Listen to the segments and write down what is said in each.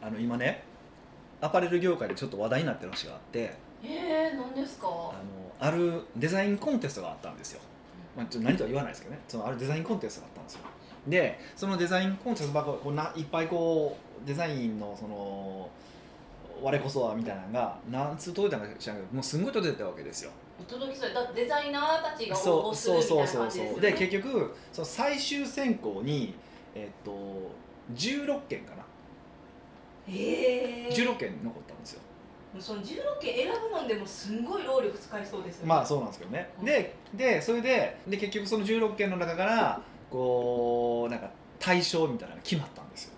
あの今ねアパレル業界でちょっと話題になってる話があってえー、何ですかあのあるデザインコンテストがあったんですよ、まあ、ちょっと何とは言わないですけどねそのあるデザインコンテストがあったんですよでそのデザインコンテストばっかこうないっぱいこうデザインのその我こそはみたいなのが何通届いたのか知らんけどもうすんごい届いてたわけですよ届きそうだってデザイナーたちがそ応募うするみそうたいそうそな感うそじですようねで結局その最終選考にえっと16件かなええ16件残ったんですよその16件選ぶのでもすんごい労力使いそうですよねまあそうなんですけどね、うんででそれでで結局その16件の中からこうなんか対象みたいなのが決まったんですよ、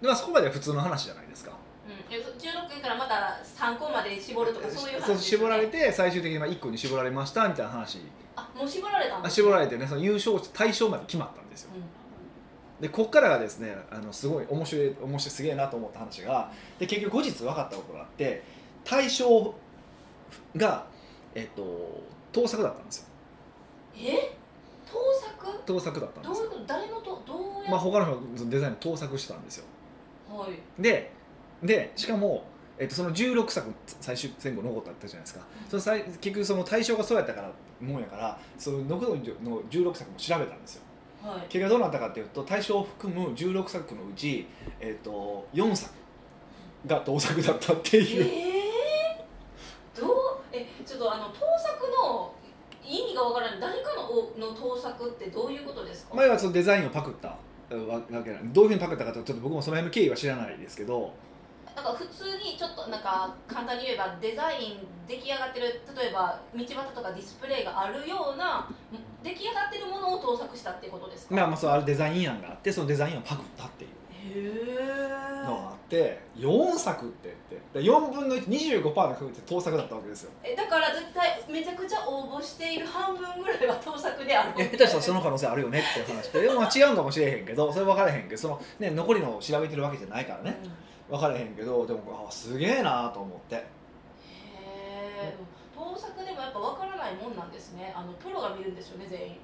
でまあそこまでは普通の話じゃないですかうん、え16件からまだ3個まで絞るとかそういう話ですよね絞られて最終的にまあ1個に絞られましたみたいな話あもう絞られたんあです絞られてねその優勝対象まで決まったんですよでこっからがですねあのすごい面白い面白いすげえなと思った話がで結局後日分かったことがあって対象が、えっと、盗作だったんですようん、え盗作盗作だったんですどよういうこと誰のとどうやっまあ、他の人のデザインを盗作したんですよはいででしかも、えっと、その16作最終戦後残ったって言ったじゃないですかその最結局その対象がそうやったからもんやからその残りの16作も調べたんですよはい結果どうなったかっていうと対象を含む16作のうち、えっと、4作が盗作だったってえいう、ー、どうえちょっとあの盗作の意味がわからない誰かのおの盗作ってどういうことですか、前はそのデザインをパクったわわけなんでどういうふうにパクったかとちょっと僕もその辺の経緯は知らないですけど、なんか普通にちょっとなんか簡単に言えばデザイン出来上がってる例えば道端とかディスプレイがあるような出来上がってるものを盗作したってことですか、まあ、まあそうあるデザイン案があってそのデザインをパクったっていう。へのがあって4作ってってで4分の125%の確率で盗作だったわけですよええだから絶対めちゃくちゃ応募している半分ぐらいは盗作であるいや下手したらその可能性あるよねっていう話ででもまあ違うんかもしれへんけどそれ分からへんけどその、ね、残りのを調べてるわけじゃないからねうん分からへんけどでもあすげえなと思ってへえ盗作でもやっぱ分からないもんなんですねあのプロが見るんですよね全員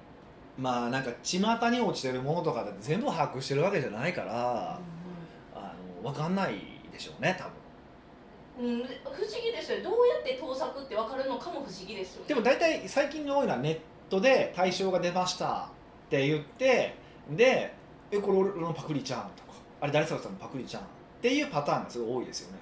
まあなんか巷に落ちてるものとかだって全部把握してるわけじゃないから、あの分かんないでしょうね多分うん、うん不思議ですよねどうやって盗作って分かるのかも不思議ですよねでも大体最近の多いのはネットで対象が出ましたって言ってで「えこれ俺のパクリちゃん」とか「あれ誰々さんのパクリちゃん」っていうパターンがすごい多いですよね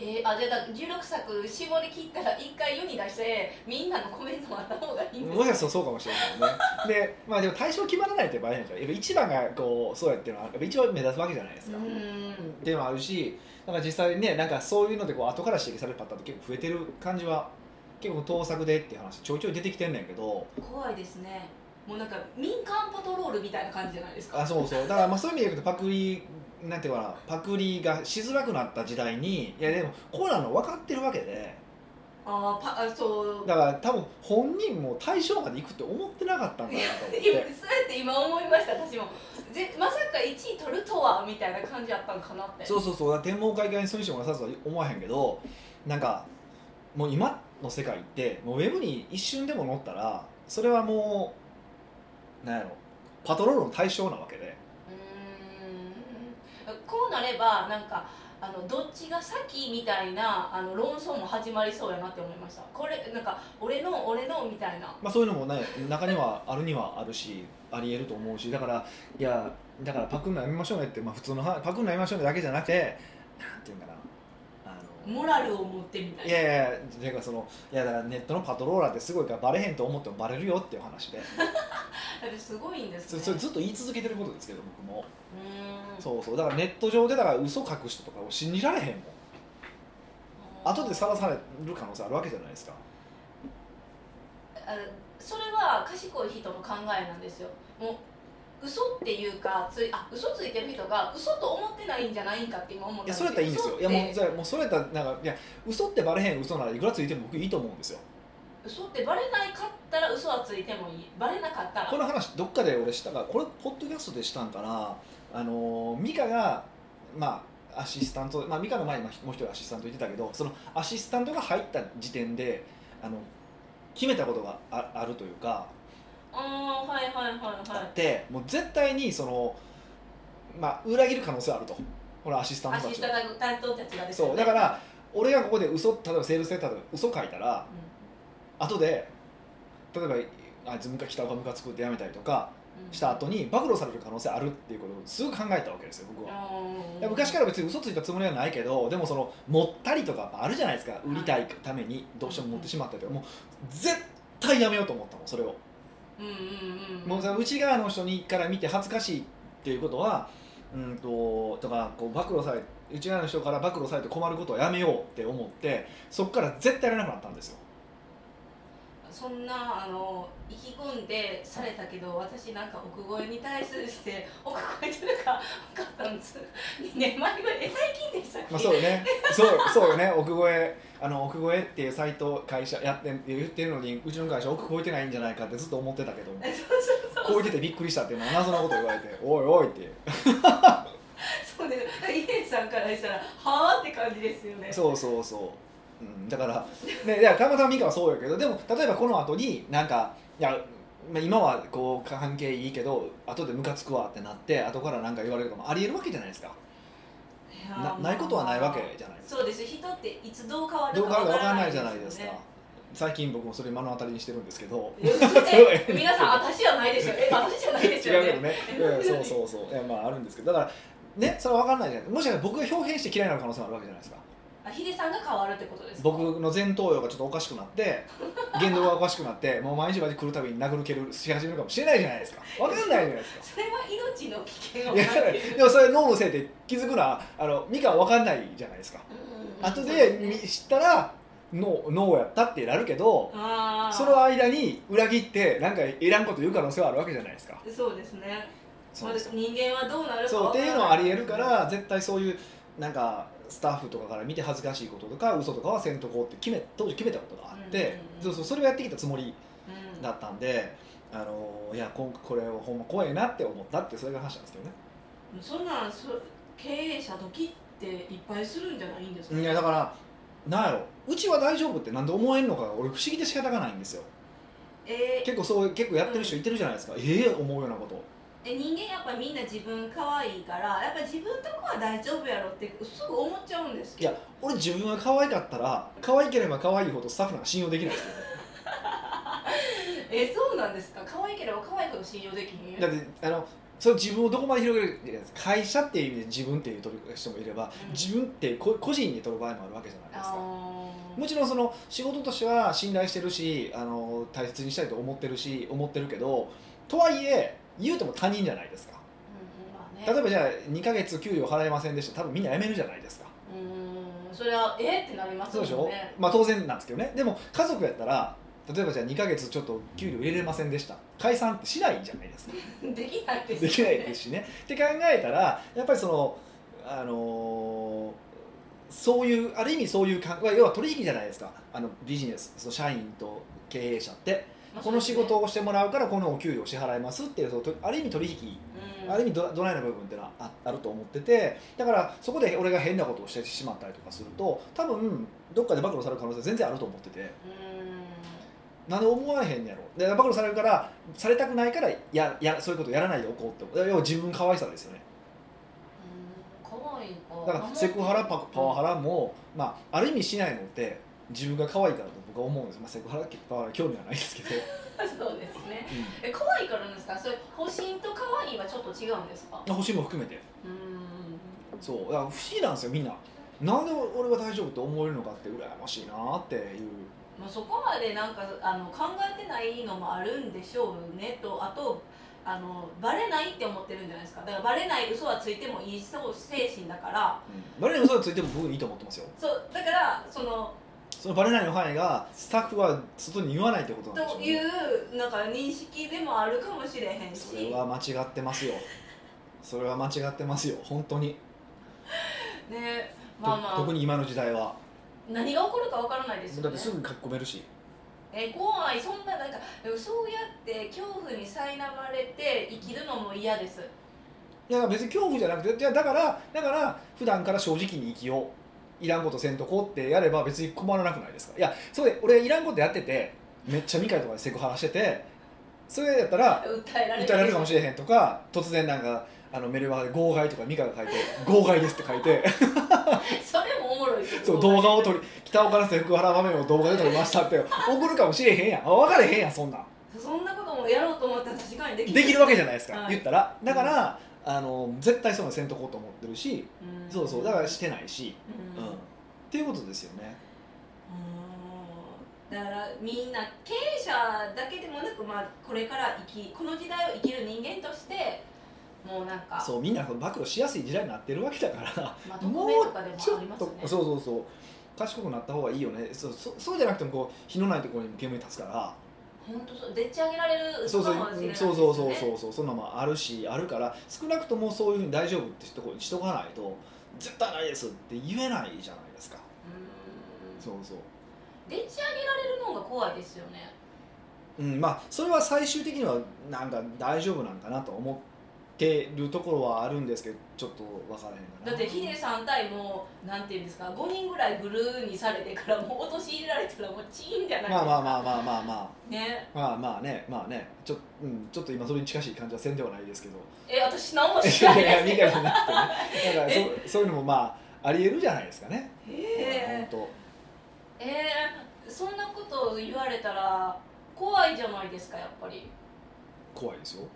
えー、あじゃあだ16作絞り切ったら一回世に出してみんなのコメントもあった方がいいんですもしかしたらそうかもしれないよねでまあでも対象決まらないって場合なんじゃんやっぱ一番がこうそうやっていうのはやっぱ一番目立つわけじゃないですうか、んでもあるしなんか実際ねなんかそういうのでこう後から指摘されるパターンって結構増えてる感じは結構盗作でっていう話ちょいちょい出てきてんねんけど怖いですねもうなんか民間パトロールみたいな感じじゃないですかあそうそうだからまあそういう意味で言うとパクリなんていうかなパクリがしづらくなった時代にいやでもこうなの分かってるわけであーパあそうだから多分本人も対象まで行くって思ってなかったんだなと思っ今そうやてって今思いました私もぜまさか1位取るとはみたいな感じやったのかなってそうそうそうだから天文会側に損してもなさずとは思わへんけどなんかもう今の世界ってもうウェブに一瞬でも載ったらそれはもうなんやろパトロールの対象なわけでうーんこうなればなんかあのどっちが先みたいなあの論争も始まりそうやなって思いましたこれなんか俺の俺のみたいなまあ、そういうのもね中にはあるにはあるしありえると思うしだからいやだからパクんのやめましょうねって、まあ、普通のはパクんのやめましょうねだけじゃなくてなんていうんかなあのモラルを持ってみたいいなやいやいやていうかそのいやだからネットのパトローラーってすごいからバレへんと思ってもバレるよっていう話でだってすごいんですそねれそれずっと言い続けてることですけど僕もうーんそうそうだからネット上でだから嘘隠しとかを信じられへんもん後でさらされる可能性あるわけじゃないですかあそれは賢い人の考えなんですよもう嘘っていうかついあ嘘ついてる人が嘘と思ってないんじゃないんかって今思ったいやそれやったらいいんですよいやもう嘘ってそれもうそれやったらなんかいや嘘ってバレへん嘘ならいくらついても僕いいと思うんですよ嘘ってバレないかったら嘘はついてもいいバレなかったらこの話どっかで俺したかこれポッドキャストでしたんかなあのー美香がまあアシスタント、まあ、美香の前にもう一人アシスタントいてたけどそのアシスタントが入った時点であの決めたことがああるというか、ああはいはいはいあはってもう絶対にその、まあ、裏切る可能性はあるとこのアシスタンアトシたちスがタント担当たちがですよそうねだから俺がここで嘘例えばセールスセンターで嘘書いたら後で例えばあいつムカ北岡ムカつくってやめたりとかうんした後に暴露される可能性あるっていうことをすぐ考えたわけですよ僕は。いや昔からら別に嘘ついたつもりはないけどでもその持ったりとかあるじゃないですか売りたいためにどうしても持ってしまったりとかもう絶対やめようと思ったもんそれをうんうんうんもうその内側の人にから見て恥ずかしいっていうことはうんととかこう暴露され内側の人から暴露されて困ることはやめようって思ってそこから絶対やらなくなったんですよそんなあの意気込んでされたけど私なんか奥越えに対して奥越えというか分かったんです2年前ぐらいえ最近でしたっけ、まあそうよねそうそうよね奥越えあの奥越えっていうサイト会社やって言ってるのにうちの会社奥越えてないんじゃないかってずっと思ってたけどもえそうそうこう言っててびっくりしたっていうのは謎なこと言われて「おいおい」ってそうでイエンさんからしたらはあって感じですよねそうそうそう、うん、だから、ね、だからたまたま美香はそうやけどでも例えばこの後になんかいやまあ今はこう関係いいけど後でムカつくわってなって後からなんか言われるともありえるわけじゃないですかいやーなまあないことはないわけじゃないですかそうです人っていつどう変わるどうかかわわからないでじよゃねないですか最近僕もそれ目の当たりにしてるんですけどえ皆さん私じゃないですよえ私じゃないです違ようねけどねいやいやそうそうそういやまああるんですけどだからねそれは分かんないじゃないもしかしたら僕が表現して嫌いになる可能性もあるわけじゃないですかあヒデさんが変わるってことですか僕の前頭葉がちょっとおかしくなって言動がおかしくなってもう毎日毎日来るたびに殴る蹴るし始めるかもしれないじゃないですか分かんないじゃないですかそれは命の危険をい感やじるでもそれ脳のせいで気づくのはあのみかん分かんないじゃないですかうん後そうすでねみ知ったら脳脳やったってなるけどあーその間に裏切ってなんかいらんこと言う可能性はあるわけじゃないですかそうですねそうですまあ人間はどうなる かそうわっかてらいなうのはありえるから絶対そういうなんかスタッフとかから見て恥ずかしいこととか嘘とかはせんとこうって決め当時決めたことがあって、うんうんうんそうそうそれをやってきたつもりうんだったんで、あのーいやこんこれをほんま怖いなって思ったってそれが話なんですけどねそんなんそ経営者時っていっぱいするんじゃないんですかいやだからなんやろうちは大丈夫ってなんで思えんのかが俺不思議で仕方がないんですよえー結構そう結構やってる人いてるじゃないですか、ええ思うようなことえ人間やっぱみんな自分可愛いからやっぱ自分とこは大丈夫やろってすぐ思っちゃうんですけどいや俺自分が可愛かったら可愛ければ可愛いほどスタッフなんか信用できないですよえそうなんですか可愛ければ可愛いほど信用できひんだってあのその自分をどこまで広げるかじゃないですか会社っていう意味で自分っていう取る人もいれば、うん自分ってこ個人に取る場合もあるわけじゃないですあかーもちろんその仕事としては信頼してるしあの大切にしたいと思ってるし思ってるけどとはいえ言うても他人じゃないですかうんうんまあね例えばじゃあ2ヶ月給料払えませんでした多分みんな辞めるじゃないですかうーんそれはえってなりますそうもんでしょ、ねまあ当然なんですけどねでも家族やったら例えばじゃあ2ヶ月ちょっと給料入れれませんでした解散ってしないじゃないですか できないですできよないねですしねって考えたらやっぱりそのあのーそういうある意味そういう感要は取引じゃないですかあのビジネスその社員と経営者ってまあこの仕事をしてもらうからこのお給料を支払いますっていうそのとある意味取引うんある意味ドラドライな部分ってのはああると思っててだからそこで俺が変なことをしてしまったりとかすると多分どっかで暴露される可能性全然あると思っててうなんで思わへんやろで暴露されるからされたくないからややそういうことやらないでおこうって要は自分可愛さですよねーん可愛いかだからセクハラパパワハラも、まあ、ある意味しないのって自分が可愛いからと僕は思うんです、まあ、セクハラパワハラ興味はないですけど、ラ そうですねえ可愛いからなんですかそれ保身と可愛いはちょっと違うんですかうん、星も含めてうーんそうだから不思議なんですよみんななんで俺は大丈夫って思えるのかって羨ましいなっていうまあそこまでなんかあの考えてないのもあるんでしょうねとあとあのバレないって思ってるんじゃないですかだからバレない嘘はついてもいいそう精神だからバレない嘘がついても僕いいと思ってますよそうだからそのそのバレないの範囲がスタッフは外に言わないってことなんでしょとういねうなんか認識でもあるかもしれへんしそれは間違ってますよそれは間違ってますよ本当に、ねまあとま特に今の時代はあ何が起こるかわからないですよねだってすぐ書き込めるしえ怖いそんななんかでもそうやって恐怖に苛まれて生きるのも嫌ですいや別に恐怖じゃなくてじゃあだからだから普段から正直に生きよういらんことせんとこうってやれば別に困らなくないですかいやそれで俺いらんことやっててめっちゃ未開とかでセクハラしててそれやったら訴えられ訴えられるかもししれへんとか突然なんかあのメルマガで号外とかミカが書いて「号外です」って書い てそれもおもろいけどそう動画を撮り北岡の制服原場面を動画で撮りましたって送るかもしれへんやんあ分かれへんやんそんなんそんなこともやろうと思ったら確かにできできるわけじゃないですか、はい言ったらだから、あの絶対そういうのせんとこうと思ってるし、うんそうそうだからしてないし、ううんん、っうんていうことですよねだからみんな経営者だけでもなく、まあ、これから生きこの時代を生きる人間としてもうなんかそうみんなその暴露しやすい時代になってるわけだからま あ、匿も名とかでもうちょあっりますと、よねそうそうそう賢くなった方がいいよねそうそうそうじゃなくてもこう火のないところにも煙立つから本当そうでっち上げられるそうそうかもしれないですそようねそうそうそうそうそんなのもあるしあるから少なくともそういうふうに大丈夫ってとこにしとかないと絶対ないですって言えないじゃないですかうんそうそうでっち上げられるのが怖いですよねうんまあそれは最終的にはなんか大丈夫なんかなと思ってるところはあるんですけどちょっと分からへんかなだってヒデさん対もうなんていうんですか5人ぐらいグルーにされてからもう落とし入れられたらもうチーンじゃないですかまあまあまあまあまあまねあまあまあねまあねちょ,、うん、ちょっと今それに近しい感じはせんではないですけどえ私何も しいてないやいやで理す解じ ゃなくてねだからそそういうのもまあありえるじゃないですかね、え本ー、えー、そんなこと言われたら怖いじゃないですかやっぱり当怖いですよ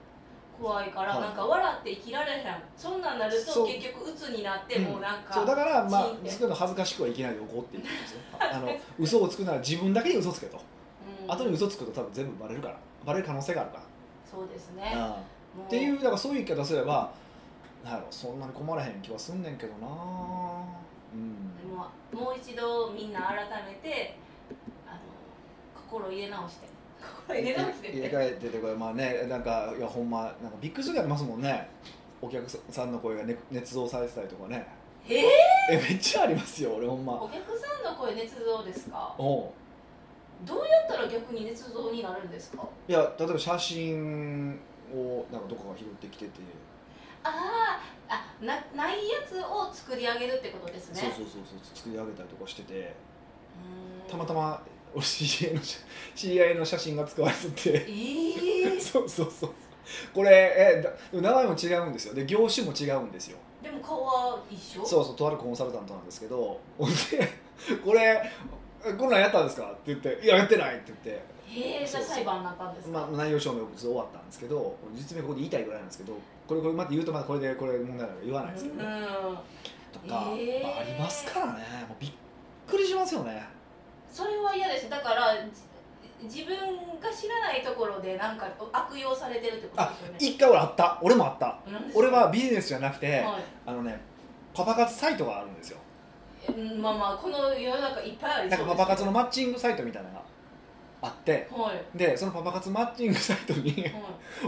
怖いから、はいなんか笑って生きられへんそんなんなるそとう結局鬱になってもうなんか、そうだからま人あ生少な恥ずかしくはいけないでおこうっていうことですよあ の嘘をつくなら自分だけに嘘つけとうん後に嘘つくと多分全部バレるからバレる可能性があるかそうですら、ねうんもっていうだからそういう言い方すればなんやろそんなに困らへん気はすんねんけどなうんもうもう一度みんな改めてあの心入れ直して心入れ直して入れ替えててこれまあねなんかいやほんまなんかびっくりするぐらいありますもんねお客さんの声が、ね、捏造されてたりとかねえーえめっちゃありますよ俺ほんまお客さんの声捏造ですかおうどうやったら逆に捏造になるんですかいや例えば写真をなんかどこかが拾ってきてて、あーあなないやつを作り上げるってことですねそうそうそうそう作り上げたりとかしててうーんたまたま俺知り合いの写知り合いの写真が使われててえー、そうそうそうこれえだ名前も違うんですよで業種も違うんですよでも顔は一緒そうそうとあるコンサルタントなんですけど ほんでこれえこんなんやったんですか?」って言って「いややってない」って言って、へえじゃあ裁判になったんですか、まあ、内容証明を終わったんですけど実名ここで言いたいぐらいなんですけどこれこれまた言うとまたこれでこれ問題なので言わないですけど、ねうんとか、えーまあ、ありますからねもうびっくりしますよねそれは嫌ですだからじ自分が知らないところでなんか悪用されてるってことですよね一回俺あった俺もあったなんですか俺はビジネスじゃなくて、はいあのねパパ活サイトがあるんですようんまあまあこの世の中いっぱいありなそんうかですパパ活のマッチングサイトみたいなのがあってはいはいでそのパパ活マッチングサイトに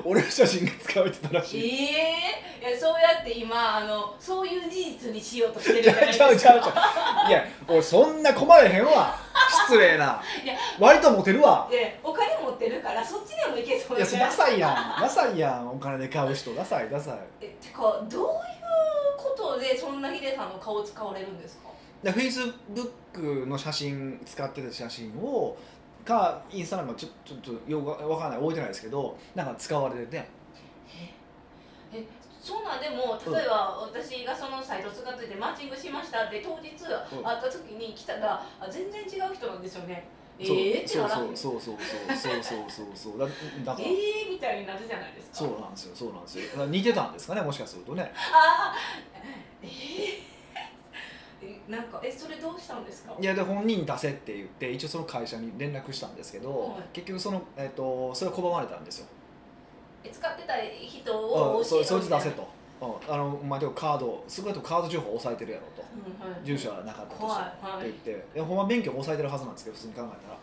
俺の写真が使われてたらしい。ええいやそうやって今あのそういう事実にしようとしてるちじゃなゃいうですちゃかうちゃうちゃういや俺そんな困れへんわ失礼ないや割とモテるわでお金持ってるからそっちでもいけそういやそですうねダサいやんダサいやんお金で買う人ダサいダサいえてかどういうことでそんなヒデさんの顔使われるんですかでフェイスブックの写真使ってた写真をかインスタなんかちょちょっとよくわわかんない置いてないですけどなんか使われててえそんなんでも例えば私がそのサイト使っててマッチングしましたって当日会った時に来たらあ全然違う人なんですよねえそうー、ってそなうらそんうそうそうそうそうそうそうだだえからー、みたいになるじゃないですかそうなんですよそうなんですよだから似てたんですかねもしかするとねあーえー、え なんかえそれどうしたんですかいやで本人出せって言って一応その会社に連絡したんですけど、はい結局その、えっとそれを拒まれたんですよえ使ってた人うをんそ教そえいつろみた出いなせと、うん、あのお前でもカードすぐだとカード情報押さえてるやろとうんはい、住所はなかったとし怖てい、はってい、言って、いやほんま免許も押さえてるはずなんですけど普通に考えたら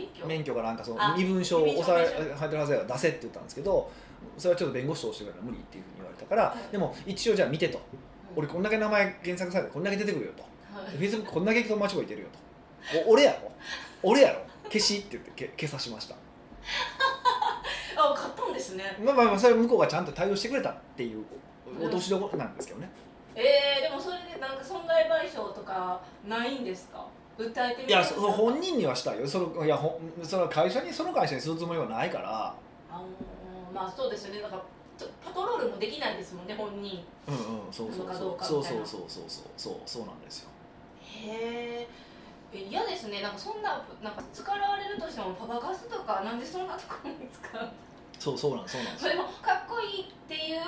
免許免許がなんかそのあ身分証を押さえ身分入ってるはずやから出せって言ったんですけどそれはちょっと弁護士としてから無理っていうふうに言われたから、はいでも一応じゃあ見てと俺はこんだけ名前検索されてこんだけ出てくるよといフェイスブックこんだけ友達もいてるよとお俺やろ俺やろ消しって言ってけ消さしましたあ買ったんですねまあまあまあそれは向こうがちゃんと対応してくれたっていう落としどころなんですけどねえー、でもそれでなんか損害賠償とかないんですか訴えてみいやますそその本人にはしたいよそのいやほんその会社にその会社にするつもりはないからあのーまあそうですよねなんかととパトロールもできないですもんね本人うんうんそうそうなのかどうかそうみたいそうそうなそうそうそうそうなんですよへえ嫌ですねなんかそんななんか使われるとしてもパパ活とかなんでそんなとこに使うそうそうなんそうなんですそよれもかっこいいっていう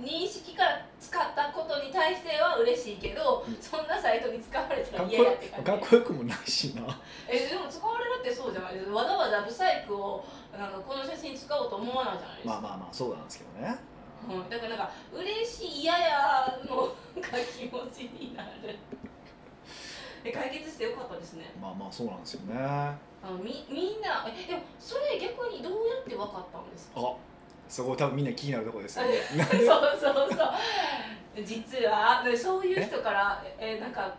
認識から使ったことに対しては嬉しいけど、うんそんなサイトに使われたからっこ嫌やって感よじかっこよくもないしなえでも使われるってそうじゃないですかわざわざブサイクをなんかこの写真使おうと思わないじゃないですか、まあまあまあそうなんですけどねうん、だからなんか嬉しい嫌やのなんか気持ちになるえ解決してよかったですねまあまあそうなんですよねああのみみんなえでもそれ逆にどうやって分かったんですかそこ多分みんな気になるとこですよ ねそうそうそう実はねそういう人からえなんか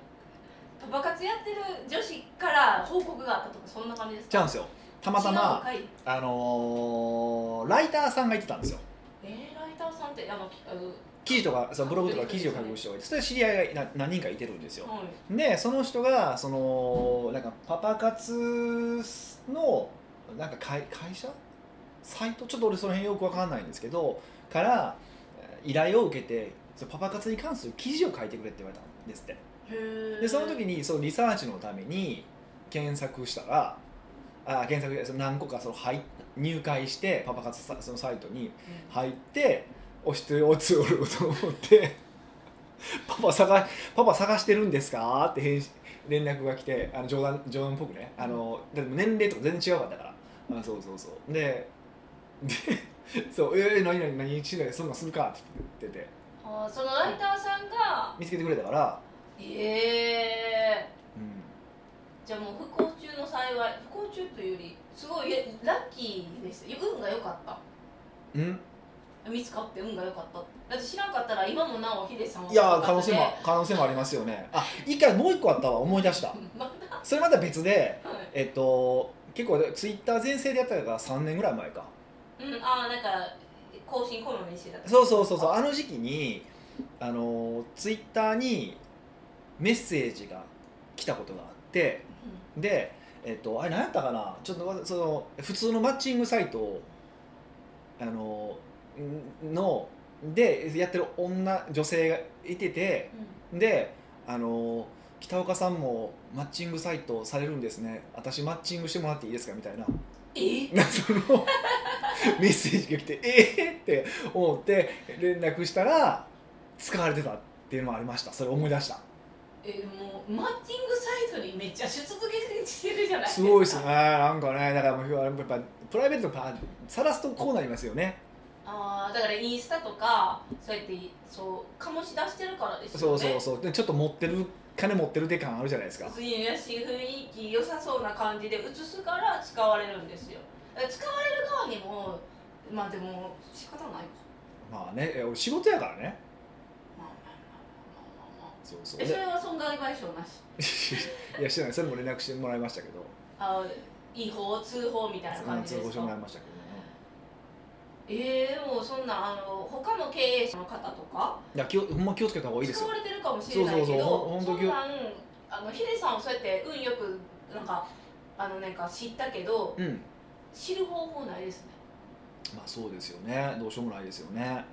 パパ活やってる女子から報告があったとかそんな感じですかじゃあですよたまた違うまんかいあのーライターさんが言ってたんですよえー、ライターさんってあのきあの記事とかそのブログとか記事を書く人がいてそれで知り合いがな何人かいてるんですよはいでその人がそのなんかパパ活のなんか会会社サイトちょっと俺その辺よくわかんないんですけどからえー依頼を受けてそのパパ活に関する記事を書いてくれって言われたんですってへーでその時にそのリサーチのために検索したらあ検索その何個かその入っ入会してパパ活さそのサイトにうん入ってお一人おつおると思って 「パパ探パパ探してるんですか?」って返信連絡が来てあの冗談冗談っぽくねあのでも年齢とか全然違うかったからあそうそうそうでで そう「えー、何何何しないそんなんするか?」って言っててあーそのライターさんが見つけてくれたから、ええうん、じゃあもう不幸中の幸い不幸中というよりすごいえラッキーです運が良かったうん、見つかって運が良かっただって知らんかったら今もなおヒデさんはいやー可能性も可能性もありますよねあ一回もう一個あったわ思い出した まだそれまた別ではいえっと結構ツイッター全盛でやったから3年ぐらい前かうんああなんか更新こまめにしてたそうそうそうそうあの時期にあのツイッターにメッセージが来たことがあってでえっとあれ何やったかなちょっとわその普通のマッチングサイトあのんのでやってる女女性がいててう、であの北岡さんもマッチングサイトされるんですね私マッチングしてもらっていいですかみたいなんえ なそのメッセージが来てえー、って思って連絡したら使われてたっていうのもありましたそれ思い出したえもうマッチングサイトにめっちゃ出現してるじゃないですすかごいです ねなんかねだからもうやっぱプライベートさ晒すとこうなりますよねああだからインスタとかそうやってそう醸し出してるからですそよねうそうそうでちょっと持ってる金持ってるで感あるじゃないですかいやしい雰囲気良さそうな感じで映すから使われるんですよだから使われる側にもまあでも仕方ないかまあねえ俺仕事やからねまあまあまあまあまあまあまあそうそうえそれでは損害賠償なし いやしてないそれも連絡してもらいましたけどあ違法通報みたいなうん感通じで報しすてもらいかましたけどねえー、でもそんなあの他の経営者の方とかうんいや気をほんま気をつけた方がいいです使よわれてるかもしれないそうけそうそうほどんほそんとんなんあのヒデさんはそうやって運よくなんかあのなんか知ったけどうん知る方法ないですねまあそうですよねどうしようもないですよね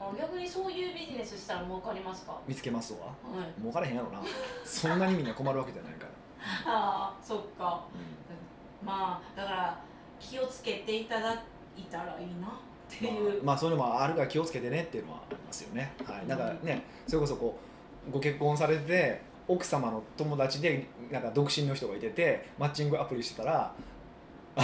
あ逆にそういうビジネスしたら儲かりますか見つけますわはい儲からへんやろなそんなにみんな困るわけじゃないから、ああそっかまあだから気をつけていただいたらいいなっていまあ、う、まあそういうのもあるから気をつけてねっていうのはありますよねはいだからねそれこそこうご結婚されて奥様の友達でなんか独身の人がいててマッチングアプリしてたらえ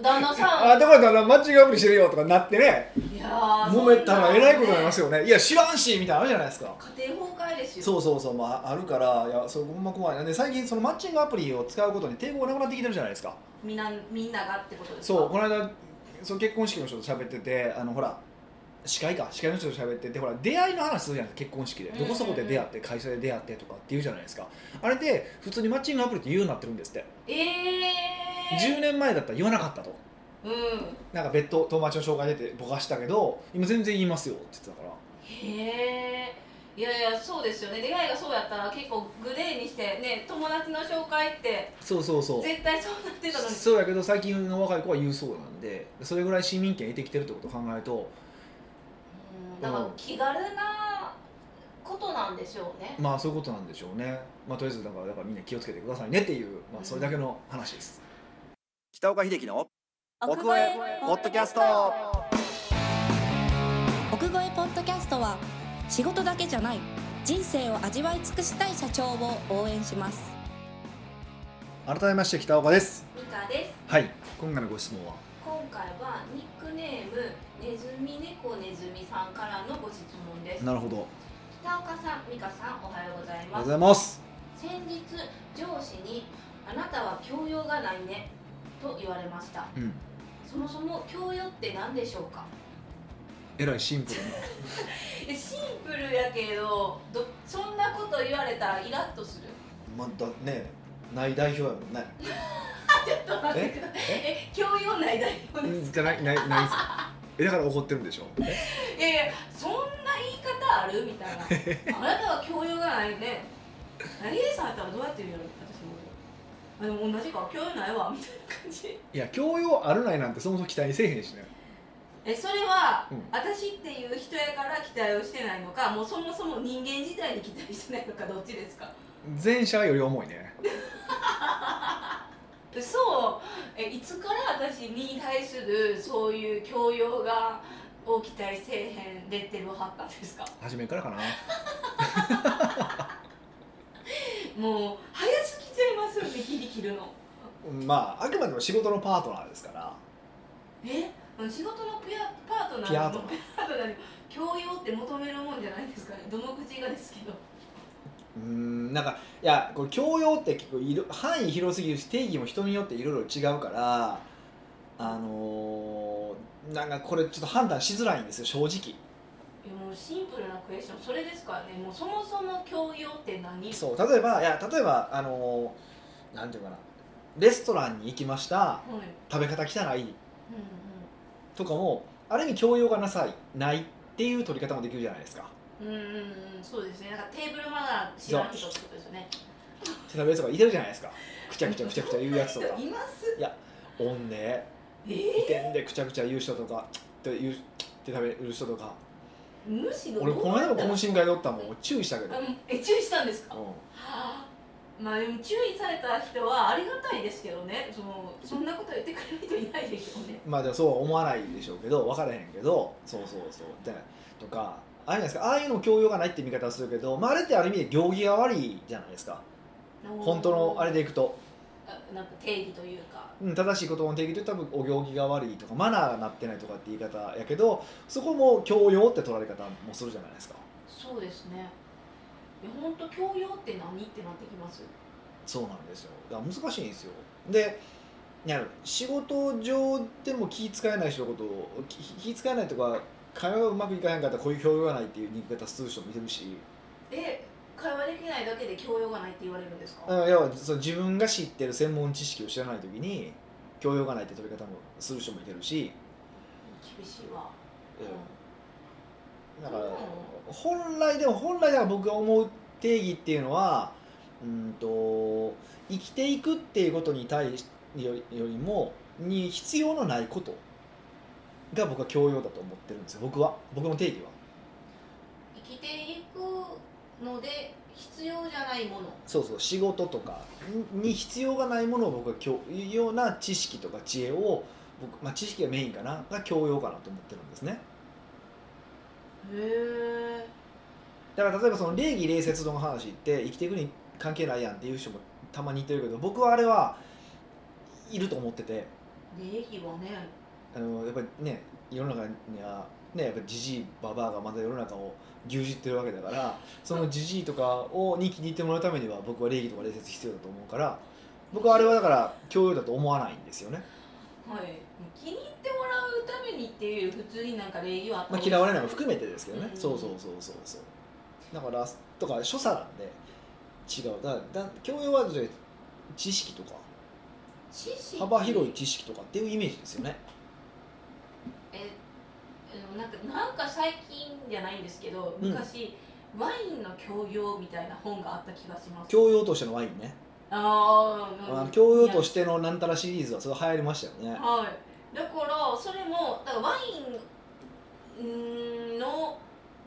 旦那「さあだからだからマッチングアプリしてるよ」とかなってね んいやー揉めたらえらいことになりますよよね「いや知らんし」みたいなのあるじゃないですか家庭崩壊ですよそうそうそう、まあ、あるからいやそれほんま怖いなで最近そのマッチングアプリを使うことに抵抗がなくなってきてるじゃないですかみんなみんながってことですかそうこの間その結婚式の人と喋っててあのほら司会か司会の人と喋っててほら出会いの話するじゃないですか結婚式でうんどこそこで出会って会社で出会ってとかって言うじゃないですかあれで普通にマッチングアプリって言うようになってるんですってええー、 10年前だったら言わなかったとうんなんか別途友達の紹介出てぼかしたけど今全然言いますよって言ってたからへえいやいやそうですよね出会いがそうやったら結構グレーにしてね友達の紹介ってそうそうそう絶対そうなってたのにそうやけど最近の若い子は言うそうなんでそれぐらい市民権得てきてるってことを考えるとなんうかん気軽なことなんでしょうね、まあそういうことなんでしょうね、まあ、とりあえずだからだからみんな気をつけてくださいねっていう、まあ、それだけの話です、北岡秀樹の奥越えポッドキャスト奥越えポッドキャストは仕事だけじゃない人生を味わい尽くしたい社長を応援します改めまして北岡ですミカですはい今回のご質問は今回はニックネームネズミ猫ネズミさんからのご質問ですなるほど北岡さん美香さんおはようございありがとまうごすざいます先日上司に「あなたは教養がないね」と言われましたうんそもそも教養って何でしょうかえらいシンプルえシンプルやけどどそんなこと言われたらイラッとするなまだねない代表やもんねあちょっと待ってくださいええ教養ない代表ですじゃないないないですえだから怒ってるんでしょいやいやそんな言い方あるみたい なあなたは教養がないね何でさんやったらどうやって言うの私もあでも同じか教養ないわみたいな感じいや教養あるないなんてそもそも期待せえへんしねえそれは、うん私っていう人やから期待をしてないのかもうそもそも人間自体に期待してないのかどっちですか前者より重いねそうえいつから私に対するそういう教養がを期待せえへんレッテルを貼ったんですか初めからかなもう早すぎちゃいますよね切り切るのうんまああくまでも仕事のパートナーですからえ仕事のピアパートナーピアーのトナーパートナーに教養って求めるもんじゃないですかねどの口がですけどうーんなんかいやこれ教養って結構いろ範囲広すぎるし定義も人によっていろいろ違うからあのーなんかこれちょっと判断しづらいんですよ正直いやもうシンプルなクエスチョンそれですからねもうそもそも教養って何そう例えばいや例えばあのーなんていうかなレストランに行きましたはい、うんうん、食べ方汚いとかもある意味教養がなさいないっていう取り方もできるじゃないですかうんうんうんそうですねなんかテーブルマナー知らん人ってことですよね調べる人がいてるじゃないですかくちゃくちゃくちゃくちゃ言うやつと かいます「おんねえ移転でくちゃくちゃ言う人とか「って言うって食べる人とかー、むしろ俺この間もどうな懇んだ親会でおったもん注意したけど、あうんもうえ注意したんですか、 はあまあでも注意された人はありがたいですけどねそのそんなこと言ってくれる人いないでしょうねまあでもそうは思わないでしょうけど分からへんけどそうそうそうでとかあれじゃないですかああいうの教養がないって見方するけど、まあ、あれってある意味で行儀が悪いじゃないですか 本当のあれでいくと、あなんか定義というかうん、正しい言葉の定義と多分お行儀が悪いとかマナーがなってないとかって言い方やけどそこも教養って取られ方もするじゃないですかそうですねいや本当教養って何ってなってきますそうなんですよだから難しいんですよでいや仕事上でも気使えない人のことを気気使えないとか会話がうまくいかへんかったらこういう教養がないっていう言い方する人もいてるしえ会話できないだけで教養がないって言われるんですか、あの要はその自分が知ってる専門知識を知らない時に教養がないって取り方もする人もいてるし、厳しいわ、だからうん本来でも本来では僕が思う定義っていうのはうんと生きていくっていうことに対しよよりもに必要のないことが僕は教養だと思ってるんですよ僕は僕の定義は生きていくので必要じゃないものそうそう仕事とかに必要がないものを僕は教ような知識とか知恵を僕、まあ、知識がメインかなが教養かなと思ってるんですねへえだから例えばその礼儀礼節の話って生きていくに関係ないやんっていう人もたまに言ってるけど僕はあれはいると思ってて礼儀はねあのやっぱりね世の中にはねやっぱじじいばばあがまだ世の中を牛耳ってるわけだからそのじじいとかをに気に入ってもらうためには僕は礼儀とか礼節必要だと思うから僕はあれはだから教養だと思わないんですよね、はい気に入ってもらうためにっていう普通になんか礼儀はあったまあ、方が嫌われないも含めてですけどね、うんそうそうそうそうそうだからとか所作なんで違うだからだ教養は知識とか知識幅広い知識とかっていうイメージですよね。ええなんかなんか最近じゃないんですけどうん昔、ワインの教養みたいな本があった気がします教養としてのワインね。あーあうのん教養としてのなんたらシリーズはそれ流行りましたよね。はいだからそれもだからワインの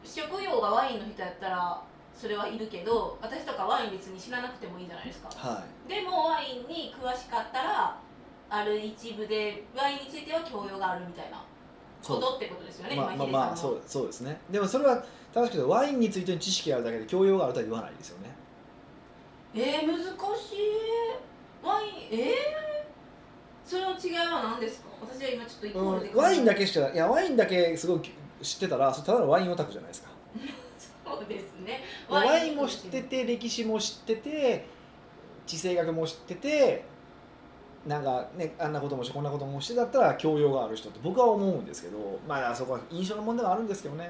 職業がワインの人やったらそれはいるけど私とかワイン別に知らなくてもいいじゃないですかはでもワインに詳しかったらある一部でワインについては教養があるみたいなことってことですよねい、まあ、まあ今まあヒデさんそはうそうですねでもそれは正しくてワインについての知識があるだけで教養があるとは言わないですよねえー、難しいワインえー、その違いは何ですか私は今ちょっと一個で、うん、ワインだけしかいやワインだけすごい知ってたらそれただのワインオタクじゃないですかそうですねワインも知ってて歴史も知ってて地政学も知っててなんかねあんなこともしてこんなこともしてだったら教養がある人って僕は思うんですけどまあそこは印象の問題はあるんですけどね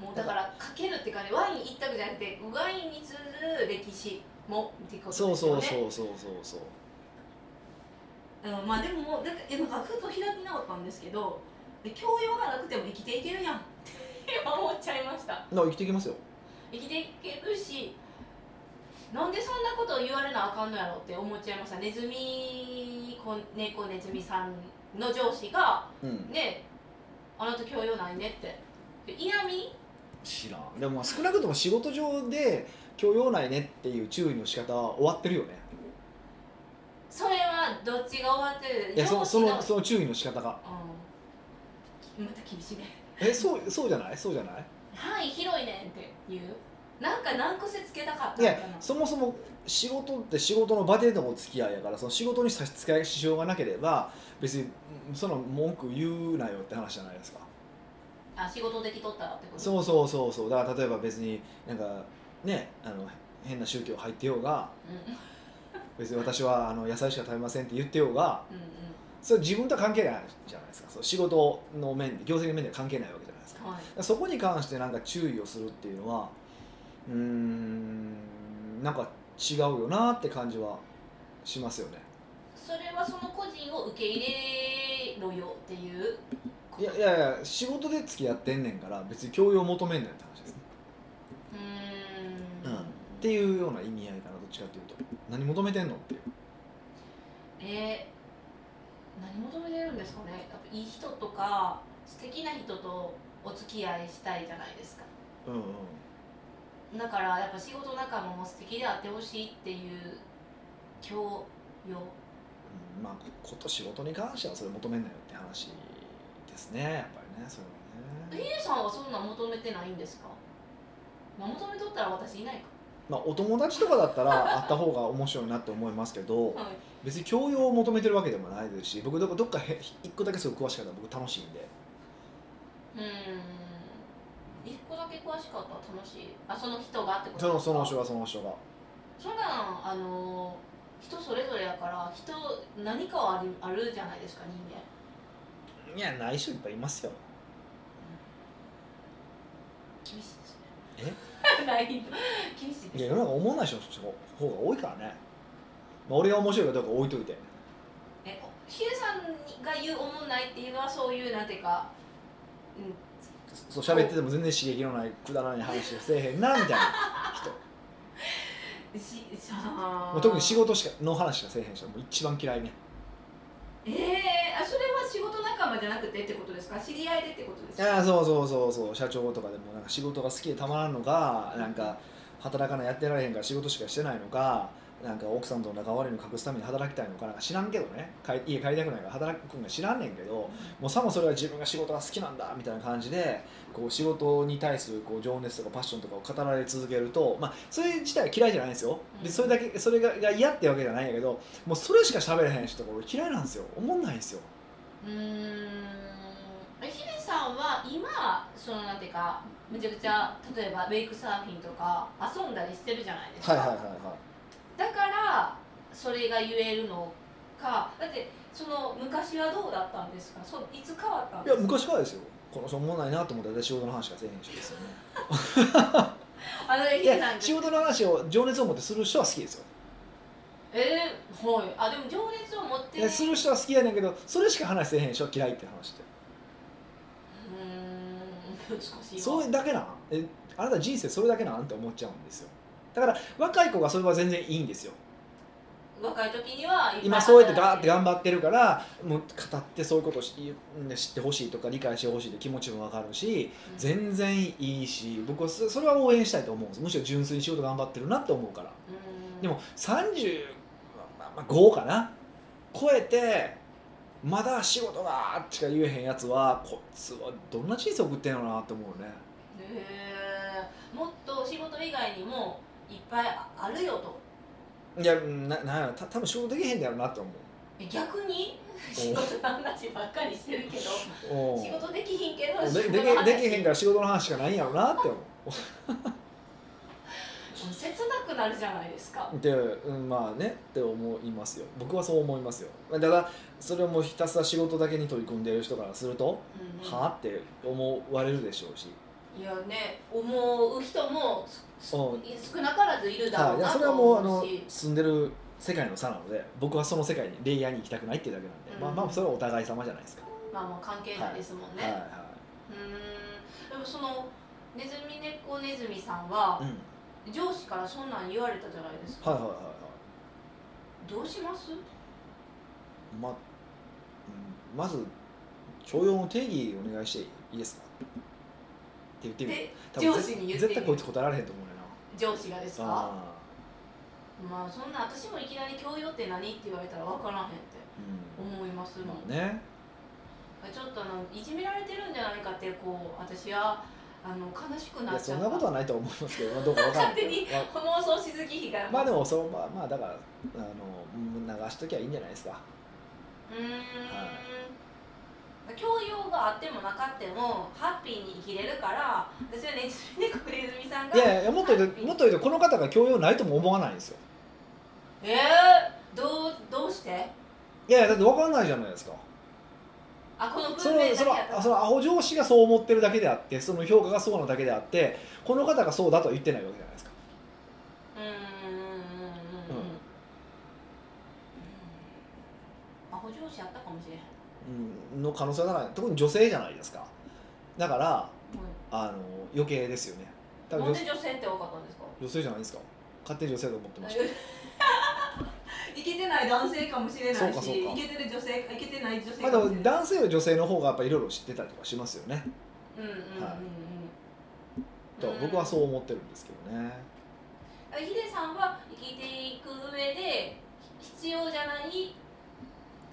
もうだからかけるっていうかねワイン一択じゃなくてワインに通ずる歴史もっていうことですよそねうそうそうそうそうそううん、まあでもなんかえなんかふと開き直ったんですけどで教養がなくても生きていけるやんって今思っちゃいましただから生きていきますよ生きていけるしなんでそんなことを言われなあかんのやろって思っちゃいましたネズミ子猫ネズミさんの上司がうんねあなた教養ないねってで嫌味知らんでもまあ少なくとも仕事上で教養ないねっていう注意の仕方は終わってるよねそれはどっちが終わってるいやそ上司そののその注意の仕方がうんまた厳しいねえそうそうじゃないそうじゃない 範囲広いねんって言うなんか難癖つけたかったいのかやなそもそも仕事って仕事の場でのお付き合いやからその仕事に差し支え支障がなければ別にうんその文句言うなよって話じゃないですかあ仕事できとったらってことそうそうそうそうだから例えば別になんかねあの変な宗教入ってようがう別に私はあの野菜しか食べませんって言ってようがんうんそれ自分とは関係ないじゃないですかその仕事の面で業績の面では関係ないわけじゃないですかうんはいそこに関してなんか注意をするっていうのはうーんなんか違うよなって感じはしますよねそれはその個人を受け入れろよっていうこいとやいやいや仕事で付き合ってんねんから別に教養求めんねんって話ですねうーんうんっていうような意味合いかなどっちかっていうと何求めてんのっていうえー何求めてるんですかねやっぱいい人とか素敵な人とお付き合いしたいじゃないですかうんうんだからやっぱ仕事仲間も素敵であってほしいっていう教養うんまあこと仕事に関してはそれ求めんなよって話ですねやっぱりねそれヒはねデさんはそんなん求めてないんですか、まあ、求めとったら私いないかまあお友達とかだったらあった方が面白いなって思いますけどはい別に教養を求めてるわけでもないですし僕どこどっかへ一個だけすごい詳しかったら僕楽しいんでうーん一個だけ詳しかったら楽しいあその人がってことそのその人ががその人がそんなんあの人それぞれやから人何かはあるあるじゃないですか人間いやない人いっぱいいますよ厳しいですねえ ない厳しいいでやす世の中思わない人の方が多いからね、まあ、俺が面白いかどうか置いといてえヒデさんが言う思んないっていうのはそういうなんていうか、うん、そそう喋ってても全然刺激のないくだらない話をせえへんなみたいな人しさあもう特に仕事しかの話しかせえへん人もう一番嫌いねええあそれは仕事仲間じゃなくてってことですか知り合いでってことですあかあそうそうそうそう社長とかでもなんか仕事が好きでたまらんのかなんか働かないやってられへんから仕事しかしてないのかなんか奥さんとの仲悪いの隠すために働きたいのかなんか知らんけどね帰家帰りたくないから働くんが知らんねんけどもうさもそれは自分が仕事が好きなんだみたいな感じでこう仕事に対するこう情熱とかパッションとかを語られ続けると、まあ、それ自体は嫌いじゃないんですようんでそれだけそれがが嫌ってわけじゃないんやけどもうそれしか喋れへん人とか俺嫌いなんですよ思んないんですようーんヒデさんは今そのなんていうかめちゃくちゃ例えばウェイクサーフィンとか遊んだりしてるじゃないですか、はいはいはいはだからそれが言えるのかだってその昔はどうだったんですかそういつ変わったんいいでやすか昔からですよこの人思んないなと思って私仕事の話しかせえへん人ですよねあのいヒデさんやが仕事の話を情熱を持ってする人は好きですよえー、はいあでも情熱を持っていやする人は好きやねんけどそれしか話せへん人は嫌いって話ってうーん難しいわそれだけなんえあなた人生それだけなんって思っちゃうんですよだから若い子がそれは全然いいんですよ若い時にはいっぱい今そうやってガーっ働いて頑張ってるからもう語ってそういうことをしね知ってほしいとか理解してほしいって気持ちも分かるしうん全然いいし僕はそそれは応援したいと思うんですむしろ純粋に仕事頑張ってるなって思うからうんでも30、まあまあ、5かな超えてまだ仕事がしか言えへんやつはこいつはどんな人生送ってんのかなって思うねへーもっと仕事以外にもいっぱいあるよといやうんななんやろた多分仕事できへんだろうなって思うえ逆に仕事の話ばっかりしてるけどおう仕事できひんけどで仕で事のき話できへんから仕事の話しかないんやろうなって思う切なくなるじゃないですかで、うん、まあねって思いますよ僕はそう思いますよだからそれをもうひたすら仕事だけに取り組んでる人からすると、うんうんはあって思われるでしょうし、いやね思う人もすうん少なからずいるだはいろういやなそれとはもうあ思のうし住んでる世界の差なので僕はその世界にレイヤーに行きたくないっていうだけなんで、うんまあまあそれはお互い様じゃないですか、まあまあ関係ないですもんね、はいは、うーんでもそのネズミ猫ネズミさんはいうん、はい上司からそんなん言われたじゃないですか、はいはいはいどうしますま,、うん、まず徴用の定義お願いしていいですかって言ってみるで多分上司に言ってみる絶対こいつ答えられへんと思うねんな上司がですかああまあそんな私もいきなり教養って何って言われたら分からへんってうん思いますもん、まあねちょっとあのいじめられてるんじゃないかってこう私はあの悲しくいなやっちそゃんっなたことはないと思いますけど、まあどうかわからないけど勝手にまあ 妄想しすぎ被害まあでもそうまあまあだからあのうん流しときゃいいんじゃないですかうーん、教養があってもなかってもハッピーに生きれるから私はネズミ猫ネズミさんがいやいやもっと言うともっと言うとこの方が教養ないとも思わないんですよえー、どうどうしていやいやだって分からないじゃないですかあこのそ文の明だそけやのったそのアホ上司がそう思ってるだけであってその評価がそうなだけであってこの方がそうだとは言ってないわけじゃないですかうーんうんうんうんうんうんあ補助士あったかもしれへん、うんの可能性はない特に女性じゃないですかだからうあの余計ですよね多ん、分なん女で女性って多かったんです か女性じゃないですか勝手に女性だと思ってましたいけてない男性かもしれそなういかしそうかいけてる女性いけてない女性まあ、かでもしもれない男性より女性の方がやっぱいろいろ知ってたりとかしますよねうんうんうんうんはいうんと僕はそう思ってるんですけどねあヒデさんは生きていく上で必要じゃない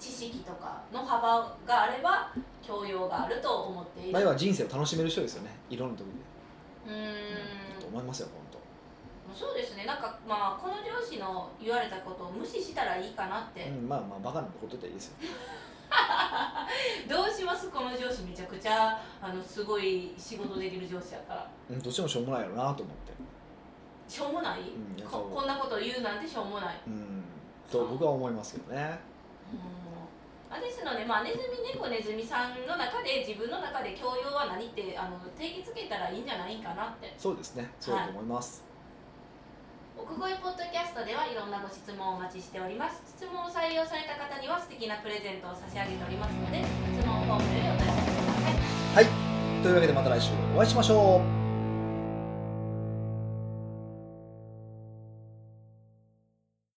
知識とかの幅があれば教養があると思っている、まあ要は人生を楽しめる人ですよねいろんな時でうーんと思いますよ本そうですねなんかまあこの上司の言われたことを無視したらいいかなって当、うん、まあまあバカなことでいいですよどうしますこの上司めちゃくちゃあのすごい仕事できる上司やったらうんどっちもしょうもないよなと思ってしょうもない、んやっぱここんなこと言うなんてしょうもないうんと僕は思いますけどねあですので、まあ、ネズミ猫ネズミさんの中で自分の中で教養は何ってあの定義つけたらいいんじゃないかなってそうですねそうだと思います、奥越ポッドキャストではいろんなご質問をお待ちしております質問を採用された方には素敵なプレゼントを差し上げておりますので質問フォームよりお問い合わせくださいというわけでまた来週お会いしましょう